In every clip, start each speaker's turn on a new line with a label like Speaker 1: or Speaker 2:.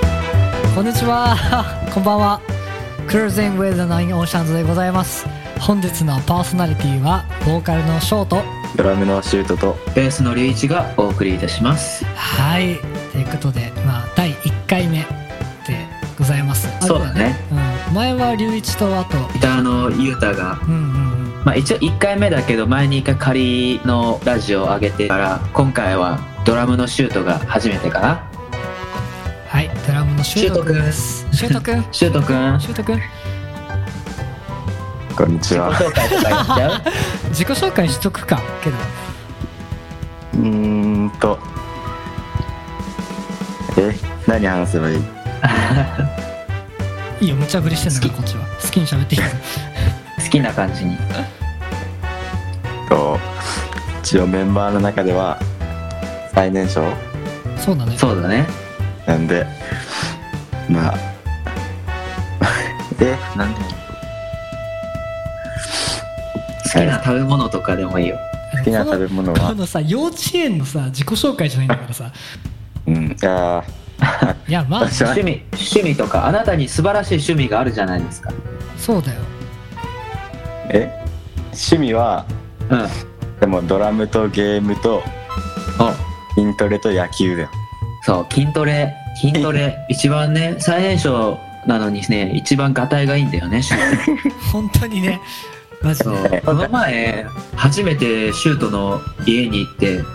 Speaker 1: んにちは こんばんは Cruising with the Nine Oceans でございます本日のパーソナリティはボーカルのショート
Speaker 2: ドラムのシュートと
Speaker 3: ベースの隆一がお送りいたします。
Speaker 1: はいということでまあ第1回目でございます
Speaker 3: そうだね、
Speaker 1: うん、前は龍一とあと
Speaker 3: ギターのゆうたが、
Speaker 1: うんうんうん
Speaker 3: まあ、一応1回目だけど前に1回仮のラジオを上げてから今回はドラムのシュートが初めてかな
Speaker 1: はいドラムのシュートくんですシュートくん
Speaker 3: シュートくん
Speaker 1: シュートくん
Speaker 2: こんにち
Speaker 3: 自己
Speaker 2: は
Speaker 3: 紹介とか言っちゃう
Speaker 1: 自己紹介しとくかけど
Speaker 2: うーんとえ何話せばいい
Speaker 1: いいよ無茶ぶりしてんだからこっちは好きに喋っていいよ
Speaker 3: 好きな感じに
Speaker 2: と一応メンバーの中では最年少
Speaker 1: そうだね
Speaker 3: そうだね
Speaker 2: なんでまあ えなんで
Speaker 3: 好きな食べ物とかでもいいよ
Speaker 2: 好きな食べ物
Speaker 1: こ
Speaker 2: は
Speaker 1: のさ幼稚園のさ自己紹介じゃないんだからさ
Speaker 2: うんいや
Speaker 1: いやまあ
Speaker 2: 私は
Speaker 3: 趣味趣味とかあなたに素晴らしい趣味があるじゃないですか
Speaker 1: そうだよ
Speaker 2: え趣味は
Speaker 3: うんお
Speaker 2: でもドラムとゲームと筋トレと野球だよ
Speaker 3: そう筋トレ筋トレ 一番ね最年少なのにね一番がたいがいいんだよねシュート
Speaker 1: 本当にねマジで
Speaker 3: そうう この前初めてシュートの家に行って
Speaker 1: ん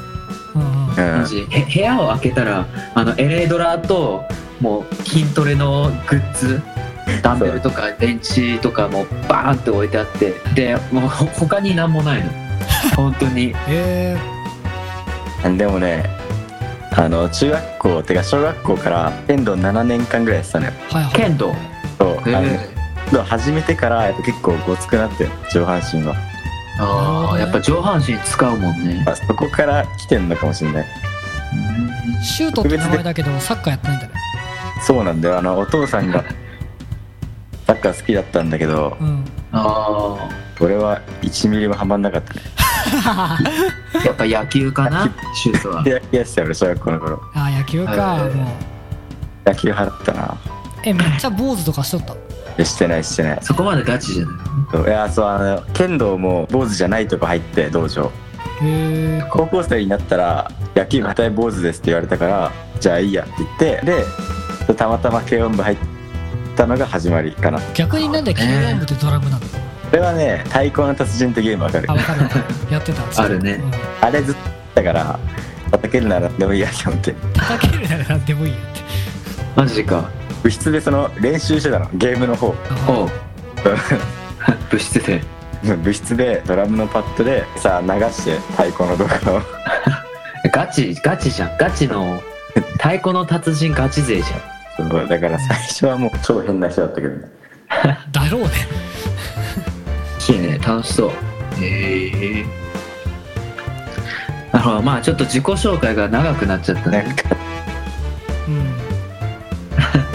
Speaker 1: うん
Speaker 2: うん
Speaker 3: マジへ部屋を開けたらあのエレドラともう筋トレのグッズダンベルとか電池とかもバーンって置いてあってでもうほ他に何も ないの本当に
Speaker 1: え
Speaker 2: でもねあの中学校てか小学校から剣道7年間ぐらいやってたのよ
Speaker 1: ー、はいはい
Speaker 3: 剣道
Speaker 2: そう
Speaker 3: え
Speaker 2: あのね剣道始めてからやっぱ結構ごつくなって上半身は
Speaker 3: あーやっぱ上半身使うもんね
Speaker 2: まあそこから来てんのかもしれない
Speaker 1: シュートって名前だけどサッカーやってないんだね
Speaker 2: そうなんだよあのお父さん がサッカー好きだったんだけど
Speaker 1: うん
Speaker 3: あ
Speaker 2: 俺は1ミリもハマんなかったね
Speaker 3: ーやっぱ 野球かなシュートは
Speaker 2: で野球やってたよ俺小学校の頃
Speaker 1: あー野球か
Speaker 3: はいはい
Speaker 1: もう
Speaker 2: 野球払ったな
Speaker 1: えめっちゃ坊主とかしとった
Speaker 2: いやしてないしてない
Speaker 3: そこまでガチじゃない
Speaker 2: そういやそうあの剣道も坊主じゃないとこ入って道場
Speaker 1: へえ
Speaker 2: 高校生になったら「野球部対坊主です」って言われたから「じゃあいいや」って言ってでたまたま軽音部入ったのが始まりかな
Speaker 1: 逆になんでキーボンドとドラムなの
Speaker 2: これはね「太鼓の達人」ってゲームわかる
Speaker 1: あ分かるわかる やってた
Speaker 3: あるね
Speaker 1: うん
Speaker 2: あれずっとだから叩けるならでもいいやと思って
Speaker 1: 叩けるなら何でもいいやって
Speaker 3: マジか
Speaker 2: 部室でその練習してたのゲームの方
Speaker 3: おう 部室で
Speaker 2: 部室でドラムのパッドでさ流して太鼓の動画を
Speaker 3: ガチガチじゃんガチの太鼓の達人ガチ勢じゃん
Speaker 2: そうだから最初はもう超変な人だったけどね
Speaker 1: だろうね
Speaker 3: いいね楽しそうへえあのまあちょっと自己紹介が長くなっちゃった
Speaker 2: なん
Speaker 3: ね
Speaker 2: か
Speaker 1: うん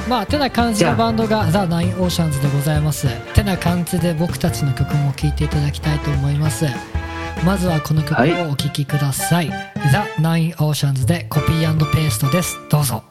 Speaker 1: まあてな感じ
Speaker 3: じゃ
Speaker 1: の
Speaker 3: あ
Speaker 1: バンドが THE9OCEANS でございますてな感じで僕たちの曲も聴いていただきたいと思いますまずはこの曲
Speaker 3: はい
Speaker 1: をお聴きください、THE9OCEANS でコピーペーストですどうぞ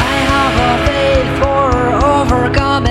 Speaker 4: I have a faith for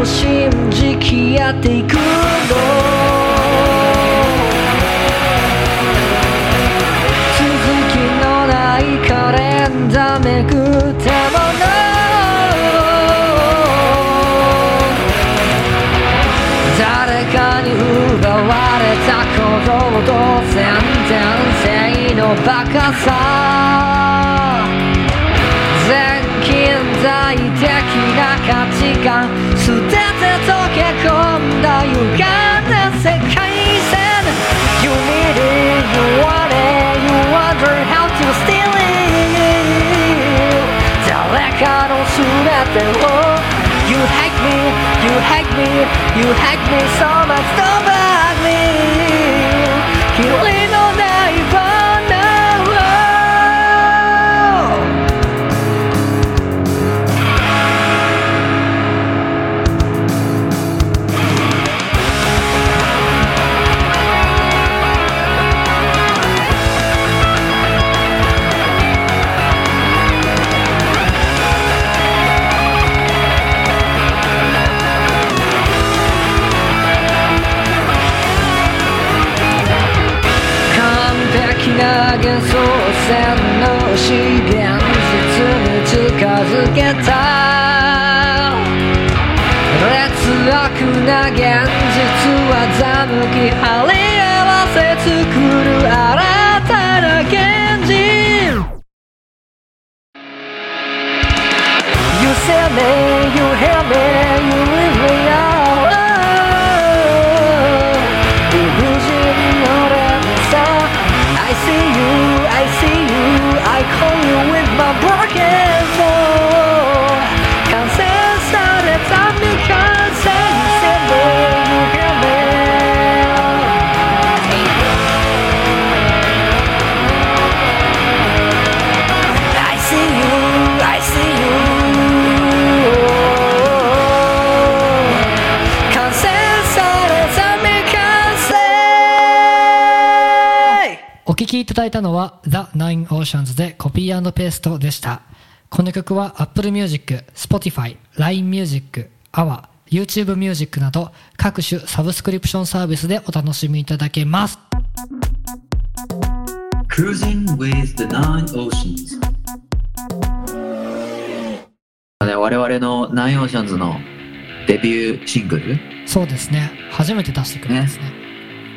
Speaker 4: を信じきやっていくの続きのないカレンダーめくったもの誰かに奪われたことと全然性のバカさ全近代的な価値観捨てて溶け込んだ歪んだ世界線 You need it, you want it, you wonder how to steal it 誰かの全てを You hate me, you hate me, you hate me so much, don't bug me 君のないバナーを完璧な幻想線の死現実に近づけた劣悪な現実はざむき張り合わせ作る新たな現実 You see me, you hear me, you leave me alone. Illusion of answer. I see you, I see you, I call you with my broken phone. Can't say that it's on me, can't say you see me, you hear me. I see you, I see you. Consensus, お聴きいただいたのは The Nine Oceans でコピーペーストでした。この曲は Apple Music、Spotify、LINE Music、AWA、YouTube Music など各種サブスクリプションサービスでお楽しみいただけます。
Speaker 3: Cruising with the Nine Oceans ね我々の Nine Oceans のデビューシングル
Speaker 4: そうですね。初めて出してくれますね。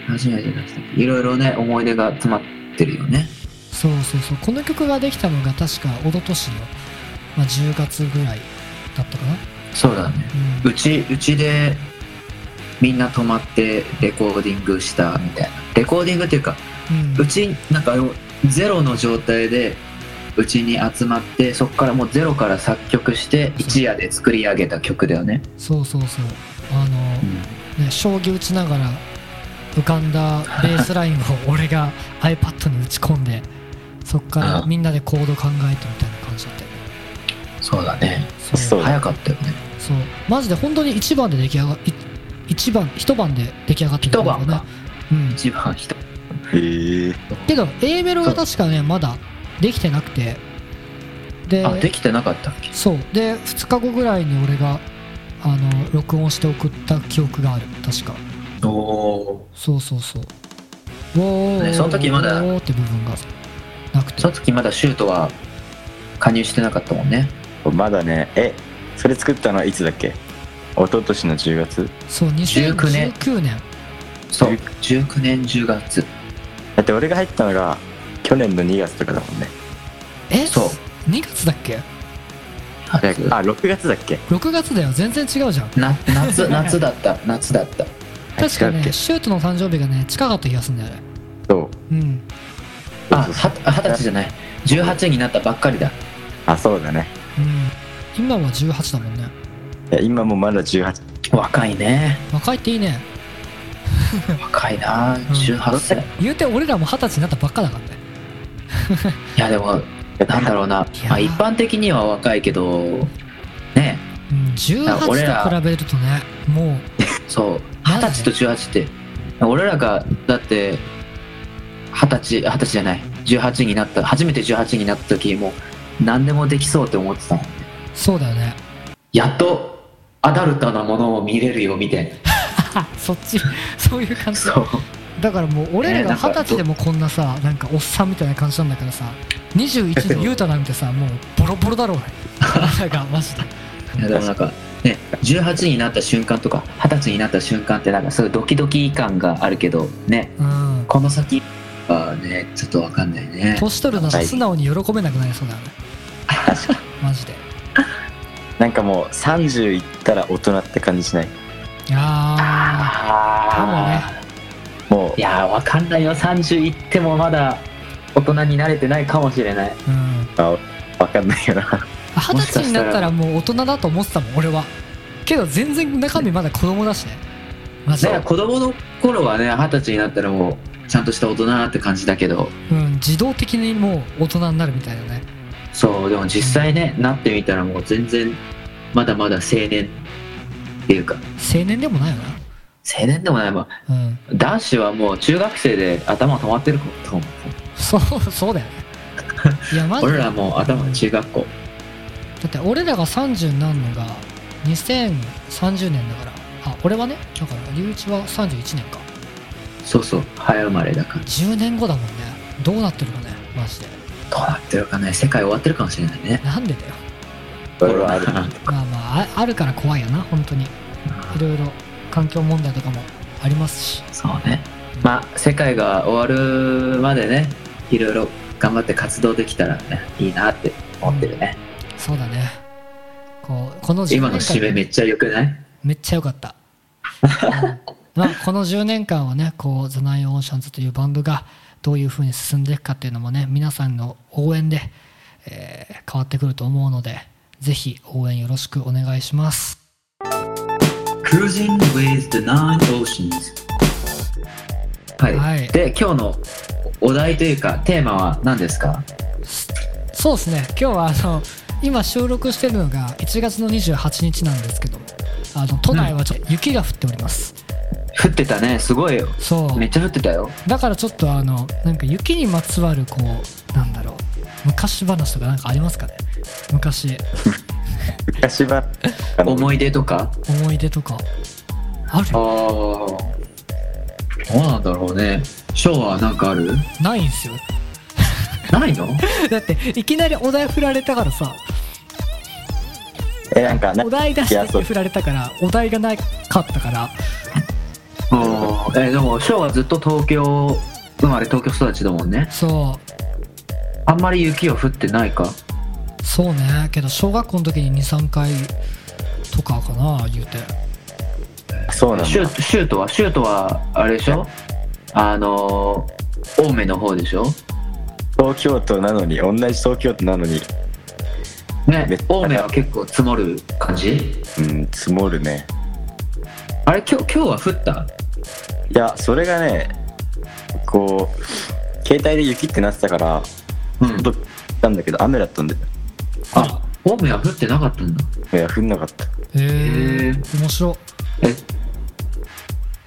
Speaker 3: 初めて出したいろいろね思い出が詰まってるよね
Speaker 4: そうそうそうこの曲ができたのが確か一昨年の、まあ、10月ぐらいだったかな、
Speaker 3: そうだね
Speaker 4: うん
Speaker 3: うちうちでみんな泊まってレコーディングしたみたいなレコーディングっていうか
Speaker 4: うん
Speaker 3: うちなんかゼロの状態でうちに集まってそこからもうゼロから作曲して一夜で作り上げた曲だよね、
Speaker 4: そうそうそうあの、ね、将棋打ちながら浮かんだベースラインを俺が iPad に打ち込んでそっから
Speaker 3: うん
Speaker 4: みんなでコード考えてみたいな感じだったよね
Speaker 3: そうだね
Speaker 4: そう
Speaker 2: そう
Speaker 3: 早かったよね
Speaker 4: そうマジで本当に一晩で出来上がい一晩一晩で出来上がってたんだ
Speaker 3: 一晩か
Speaker 4: うん
Speaker 3: 一番人
Speaker 2: へえ
Speaker 4: けど A メロが確かねまだできてなくてで
Speaker 3: あできてなかったっけ
Speaker 4: そうで2日後ぐらいに俺があの録音して送った記憶がある確か
Speaker 3: おお
Speaker 4: そうそうそうおー
Speaker 3: ねその時まだ
Speaker 4: おーって部分がなくて
Speaker 3: その時まだシュートは加入してなかったもんね
Speaker 2: まだねえそれ作ったのはいつだっけ一昨年の10月
Speaker 4: そう2019
Speaker 3: 19
Speaker 4: 年
Speaker 3: 年そう19年10月
Speaker 2: だって俺が入ったのが去年の2月とかだもんね
Speaker 4: え
Speaker 3: そう
Speaker 4: 2月だっけ
Speaker 3: あ
Speaker 2: あ6月だっけ
Speaker 4: 6月だよ全然違うじゃん
Speaker 3: な夏夏だった夏だった
Speaker 4: 確か
Speaker 2: 違うっ
Speaker 4: ね
Speaker 2: け
Speaker 4: シュートの誕生日がね近かった気がするんだよね
Speaker 2: そう
Speaker 4: うん
Speaker 3: あは二十歳じゃない18になったばっかりだ
Speaker 2: あそうだね
Speaker 4: うん今は18だもんね
Speaker 2: いや今もまだ18
Speaker 3: 若いね
Speaker 4: 若いっていいね
Speaker 3: 若いな18歳、い
Speaker 4: 言うて俺らも二十歳になったばっかだからね
Speaker 3: やでもなんだろうな
Speaker 4: や
Speaker 3: まあ一般的には若いけどね
Speaker 4: うん18と比べるとねもう
Speaker 3: そう
Speaker 4: ま
Speaker 3: 二
Speaker 4: だ
Speaker 3: 十歳
Speaker 4: ね
Speaker 3: と18って俺らがだって二十歳二十歳じゃない18になった初めて18になった時もう何でもできそうって思ってたもん
Speaker 4: そうだよね
Speaker 3: やっとアダルトなものを見れるよみたいな
Speaker 1: あそっちそういう感じ
Speaker 3: そう
Speaker 1: だからもう俺らが二十歳でもこんなさなんかおっさんみたいな感じなんだからさ21の雄太なんてさもうボロボロだろうねなんかマ ジで
Speaker 3: いやでもなんかね18になった瞬間とか二十歳になった瞬間ってなんかそういうドキドキ感があるけどね
Speaker 1: うん
Speaker 3: この先はねちょっとわかんないね
Speaker 1: 年取るなら
Speaker 2: はい
Speaker 1: 素直に喜べなくなりそう だよね
Speaker 2: 確かに
Speaker 1: マジで
Speaker 2: なんかもう30いったら大人って感じしない
Speaker 1: ああかもね
Speaker 3: あ
Speaker 2: も
Speaker 3: ーいやーわかんないよ30いってもまだ大人になれてないかもしれない
Speaker 1: うん
Speaker 2: うあわかんないよな
Speaker 1: 二十歳になったらもう大人だと思ってたもん俺はけど全然中身まだ子供だしねマジ
Speaker 3: だか
Speaker 1: で
Speaker 3: ら子供の頃はね二十歳になったらもうちゃんとした大人って感じだけど
Speaker 1: うん自動的にもう大人になるみたいなね
Speaker 3: そうでも実際ねなってみたらもう全然まだまだ青年っていうか
Speaker 1: 青年でもないよ
Speaker 3: 青年でもないわ
Speaker 1: なうん
Speaker 3: 男子はもう中学生で頭止まってると思う
Speaker 1: そう そうだよねい やマジで
Speaker 3: 俺らもう頭中学校
Speaker 1: だって俺らが30になるのが2030年だからあ俺はねだから龍一は31年か
Speaker 3: そうそう早生まれだから
Speaker 1: 10年後だもんねどうなってるかねマジで
Speaker 3: どうなってるかね世界終わってるかもしれないね
Speaker 1: なんでだよ
Speaker 2: それはある
Speaker 1: まあまあああるから怖いよな本当にいろいろ環境問題とかもありますし
Speaker 3: そうねまあ世界が終わるまでねいろいろ頑張って活動できたらねいいなって思ってるね
Speaker 1: そうだねこうこの10
Speaker 3: 今の
Speaker 1: 年
Speaker 3: 締め
Speaker 1: 間
Speaker 3: めっちゃ良くない
Speaker 1: めっちゃ良かった、うんまあ、この10年間はねこう「ザ・ナイン・オーシャンズ」というバンドがどういうふうに進んでいくかっていうのもね皆さんの応援で、えー変わってくると思うのでぜひ応援よろしくお願いします
Speaker 3: Cruising with the nine oceans はい、
Speaker 1: はい
Speaker 3: で今日のお題というかテーマは何ですか
Speaker 1: そうですね今日はあの今収録してるのが1月の28日なんですけどあの都内はちょっと雪が降っております、
Speaker 3: 降ってたねすごいよ
Speaker 1: そう
Speaker 3: めっちゃ降ってたよ
Speaker 1: だからちょっとあのなんか雪にまつわるこうなんだろう昔話とかなんかありますかね昔
Speaker 2: 昔はあの
Speaker 3: 思い出とか
Speaker 1: 思い出とかある
Speaker 3: ああどうなんだろうね翔はなんかある
Speaker 1: ないんすよ
Speaker 3: ない の
Speaker 1: だっていきなりお題振られたからさ
Speaker 2: えなんかなん
Speaker 1: お
Speaker 2: か
Speaker 1: 題出し
Speaker 2: い
Speaker 1: て
Speaker 2: や
Speaker 1: っ
Speaker 2: そ
Speaker 1: て
Speaker 2: う
Speaker 1: 振られたからお題がなかったから
Speaker 3: あーえでも翔はずっと東京生まれ東京育ちだもんね
Speaker 1: そ
Speaker 3: あんまり雪は降ってないか
Speaker 1: うそうねけど小学校の時に23回とかかな言うて
Speaker 2: そうなん
Speaker 3: シュ
Speaker 2: だ
Speaker 3: ーシュートはシュートはあれでしょあのー青梅の方でしょ
Speaker 2: 東京都なのに同じ東京都なのにめ
Speaker 3: ね
Speaker 2: っちゃ
Speaker 3: 青梅は結構積もる感じ
Speaker 2: うん積もるね
Speaker 3: あれ今日今日は降った
Speaker 2: いやそれがねこう携帯で雪ってなってたから
Speaker 3: うん
Speaker 2: 届ったんだけど雨だったんで
Speaker 3: あ青梅は降ってなかったんだ
Speaker 2: いや降んなかった
Speaker 1: へ
Speaker 3: へ
Speaker 1: え
Speaker 3: ー
Speaker 1: 面白い
Speaker 3: え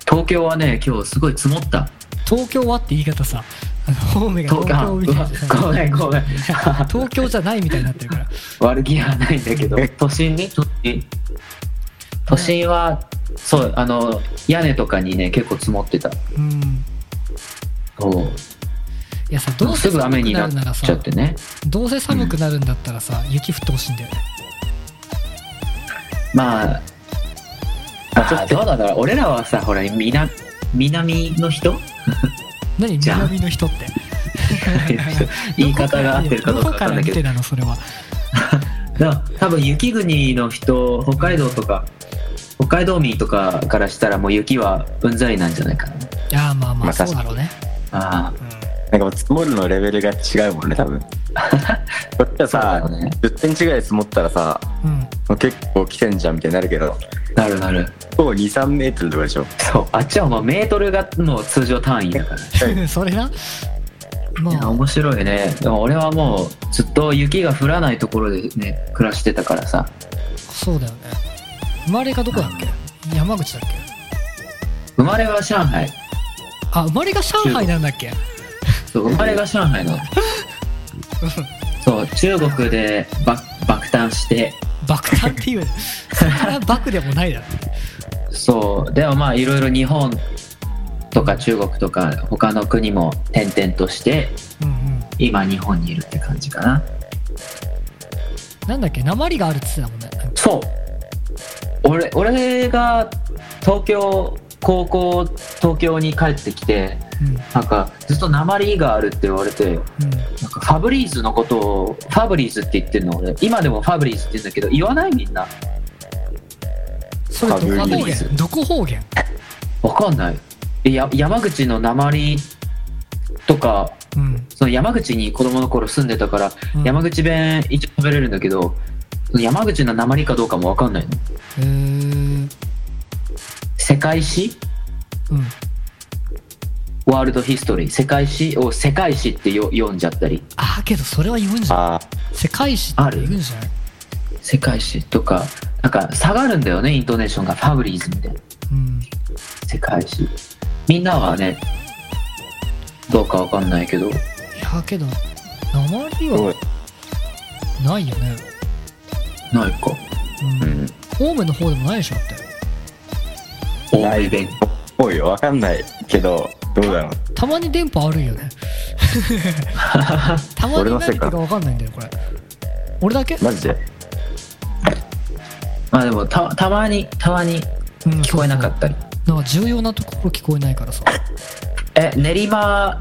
Speaker 3: 東京はね今日すごい積もった
Speaker 1: 東京はって言い方さあの青梅が
Speaker 3: 東
Speaker 1: 東京みたいな
Speaker 3: 京あごめんご めん
Speaker 1: 東京じゃないみたいになってるから
Speaker 3: 悪気はないんだけど都心ね都心都心はそうあの屋根とかにね結構積もってた
Speaker 1: うん
Speaker 3: そ
Speaker 1: いやさどう
Speaker 3: う
Speaker 1: せ
Speaker 3: すぐ雨
Speaker 1: 寒く
Speaker 3: に
Speaker 1: な
Speaker 3: な
Speaker 1: る
Speaker 3: っ
Speaker 1: なら
Speaker 3: ちゃ
Speaker 1: さ
Speaker 3: ってね
Speaker 1: どうせ寒くなるんだったらさ、雪降ってほしいんだよね
Speaker 3: まああーどうなんだろう俺らはさほら南南の人
Speaker 1: 何
Speaker 3: じゃあ
Speaker 1: 南の人って
Speaker 3: 言い方が合ってるかどうか分かんないけ
Speaker 1: どこから見て
Speaker 3: ど
Speaker 1: たのそれは
Speaker 3: だから多分雪国の人北海道とか北海道民とかからしたらもう雪はうんざりなんじゃないかな
Speaker 1: あやまあま
Speaker 2: ま
Speaker 1: あ
Speaker 2: あ
Speaker 1: そうだろうね、
Speaker 3: あ
Speaker 2: なんかもう積もるのレベルが違うもんね多 分こっちはさ、
Speaker 3: そうだよね
Speaker 2: 10センチぐらい積もったらさ
Speaker 1: うん、うん、
Speaker 2: もう結構来てんじゃんみたいになるけど
Speaker 3: あなるなる
Speaker 2: こう23メートルとかでし ょ
Speaker 3: そうあっちはもうメートルがもう通常単位だか ら
Speaker 1: それなま
Speaker 3: いや
Speaker 1: あ
Speaker 3: 面白いねでも俺はもうずっと雪が降らないところでね暮らしてたからさ
Speaker 1: そうだよね生まれがどこだっけ山口だっけ
Speaker 3: 生まれは上海
Speaker 1: あ生まれが上海なんだっけ
Speaker 3: そう生まれが上海な のそう中国で爆爆誕して
Speaker 1: 爆誕っていうそれからバクでもないだろ
Speaker 3: そうでもまあいろいろ日本とか中国とか他の国も転々として
Speaker 1: うんうん
Speaker 3: 今日本にいるって感じかな
Speaker 1: なんだっけ鉛があるっつってたもんね
Speaker 3: そう俺俺が東京高校東京に帰ってきて
Speaker 1: うん
Speaker 3: なんかずっと鉛があるって言われて
Speaker 1: う
Speaker 3: なんかファブリーズのことをファブリーズって言ってるの俺今でもファブリーズって言うんだけど言わないみんなん
Speaker 1: それどこ
Speaker 2: ファブ
Speaker 1: 方
Speaker 2: リーズ
Speaker 1: 言どこ方言
Speaker 3: わかんないえや山口の鉛とか
Speaker 1: うん、
Speaker 3: その山口に子供の頃住んでたから、
Speaker 1: うん、
Speaker 3: 山口弁一応喋れるんだけどその山口の鉛かどうかもわかんないの
Speaker 1: えー
Speaker 3: 世界史
Speaker 1: うん
Speaker 3: ワールドヒストリー世界史を世界史ってよ読んじゃったり
Speaker 1: ああけどそれは言うんじゃない
Speaker 2: あ
Speaker 1: 世界史って言うんじゃない
Speaker 3: 世界史とかなんか下がるんだよねイントネーションがファブリーズみたいな
Speaker 1: うん
Speaker 3: 世界史みんなはねどうかわかんないけど
Speaker 1: いやけど鉛
Speaker 2: ーすご、
Speaker 1: はいないよね
Speaker 3: ないか
Speaker 1: うん
Speaker 2: うん、
Speaker 1: 青梅の方でもないでしょだって
Speaker 3: 大梅弁
Speaker 2: 多いよわかんないけどどうだろう
Speaker 1: たまに電波あるよ ねたまに何
Speaker 2: 俺
Speaker 1: 言
Speaker 2: の
Speaker 1: っ
Speaker 2: せ
Speaker 1: て
Speaker 2: い
Speaker 1: る
Speaker 2: か
Speaker 1: か分かんないんだよこれ俺だけ、
Speaker 2: マジで
Speaker 3: まあでもたたまにたまに
Speaker 1: うん
Speaker 3: 聞こえなかったり
Speaker 1: なんか重要なところ聞こえないからさ
Speaker 3: え練馬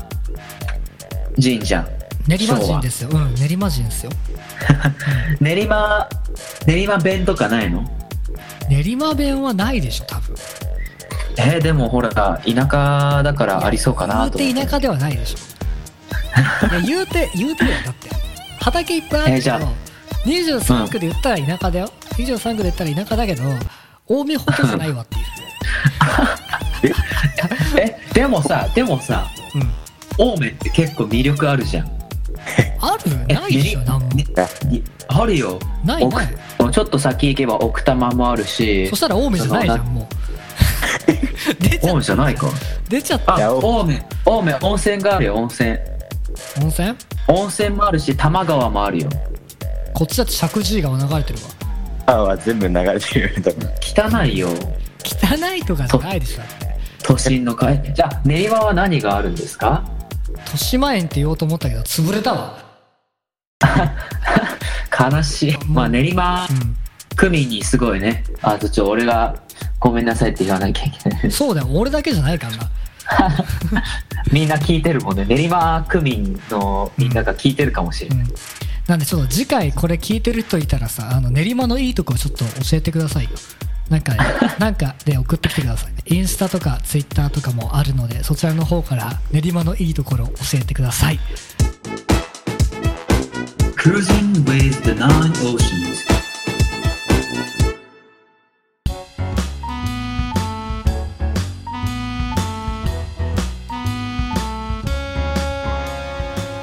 Speaker 3: 神社
Speaker 1: 練馬人ですようん練馬人ですよ
Speaker 3: 練馬練馬弁とかないの
Speaker 1: 練馬弁はないでしょ多分
Speaker 3: えーでもほら田舎だからありそうかな
Speaker 1: 言う
Speaker 3: と思って
Speaker 1: 田舎ではないでし ょいや言うて言うてだよだって畑いっぱいあるけど、
Speaker 3: えー
Speaker 1: 23区で言ったら田舎だよ、23区で言ったら田舎だけど青梅ほどじゃないわっていう
Speaker 3: えでもさでもさ
Speaker 1: うん
Speaker 3: 青梅って結構魅力あるじゃん
Speaker 1: ある
Speaker 3: え
Speaker 1: ないでしょ
Speaker 3: 練
Speaker 1: 何も
Speaker 3: ねいあるよ
Speaker 1: ないない
Speaker 3: 奥ちょっと先行けば奥多摩もあるし
Speaker 1: そしたら青梅じゃないじゃんもう 出ち
Speaker 3: 青
Speaker 1: ゃ
Speaker 3: 梅じゃないか
Speaker 1: 出ちゃった
Speaker 3: あ
Speaker 2: いや
Speaker 3: 青梅青梅温泉があるよ温泉
Speaker 1: 温泉
Speaker 3: 温泉もあるし多摩川もあるよ
Speaker 1: こっちだって石神井川流れてるわ
Speaker 2: あは全部流れてるよね多分
Speaker 3: 汚いよ
Speaker 1: 汚いとかじゃないでしょだって
Speaker 3: 都心のかえじゃあ練馬は何があるんですか
Speaker 1: 豊島園って言おうと思ったけど潰れたわ
Speaker 3: 悲しいまあ練馬
Speaker 1: う
Speaker 3: 区民にすごいねあとちょ俺がごめんなさいって言わなきゃいけない
Speaker 1: んそうだよ俺だけじゃないからな
Speaker 3: みんな聞いてるもんね練馬区民のみんなが聞いてるかもしれ
Speaker 1: う
Speaker 3: ない、
Speaker 1: んなんでちょっと次回これ聞いてる人いたらさあの練馬のいいとこちょっと教えてくださいよなん かなんかで送ってきてくださいインスタとかツイッターとかもあるのでそちらの方から練馬のいいところを教えてください
Speaker 3: Cruising with the nine oceans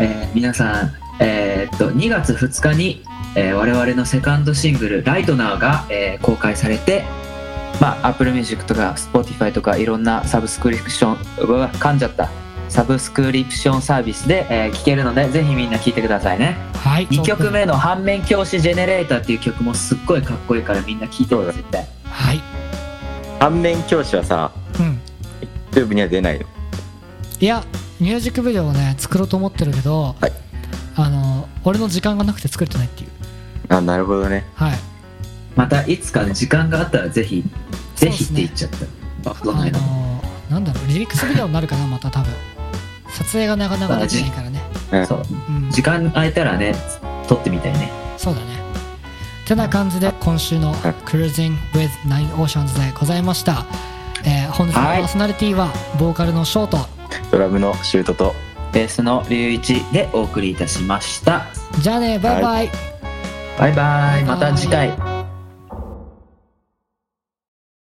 Speaker 3: えー皆さん、えーっと2月2日に、えー我々のセカンドシングル「ライトナーが、えー公開されて、まあ、Apple Music とか Spotify とかいろんなサブスクリプションうわ噛んじゃったサブスクリプションサービスで、えー聴けるのでぜひみんな聴いてくださいね
Speaker 1: はい
Speaker 3: 2曲目の「反面教師ジェネレーター」っていう曲もすっごいかっこいいからみんな聴いてる絶対
Speaker 1: はい
Speaker 2: 反面教師はさ
Speaker 1: うん
Speaker 2: YouTube には出ないの
Speaker 1: いやミュージックビデオをね作ろうと思ってるけど、
Speaker 2: はい
Speaker 1: あの俺の時間がなくて作れてないっていう
Speaker 2: あなるほどね
Speaker 1: はい
Speaker 3: またいつか時間があったらぜひぜひって言っちゃった、バカない
Speaker 1: あ
Speaker 3: な
Speaker 1: のなんだろうリリックスビデオになるかなまた多分撮影がなかなかできないからね、
Speaker 2: うん
Speaker 3: そう
Speaker 1: うん、
Speaker 3: 時間空いたらね撮ってみたいね
Speaker 1: そうだね。てな感じで今週の
Speaker 2: うん
Speaker 1: 「Cruising with Nine Oceans」でございました、えー本日のパ
Speaker 3: はい
Speaker 1: ーソナリティはボーカルのショート
Speaker 2: ドラムのシュートと
Speaker 3: ベースの隆一でお送りいたしました
Speaker 1: じゃあねバイバイ、
Speaker 3: バイバイまた次回
Speaker 1: バイバ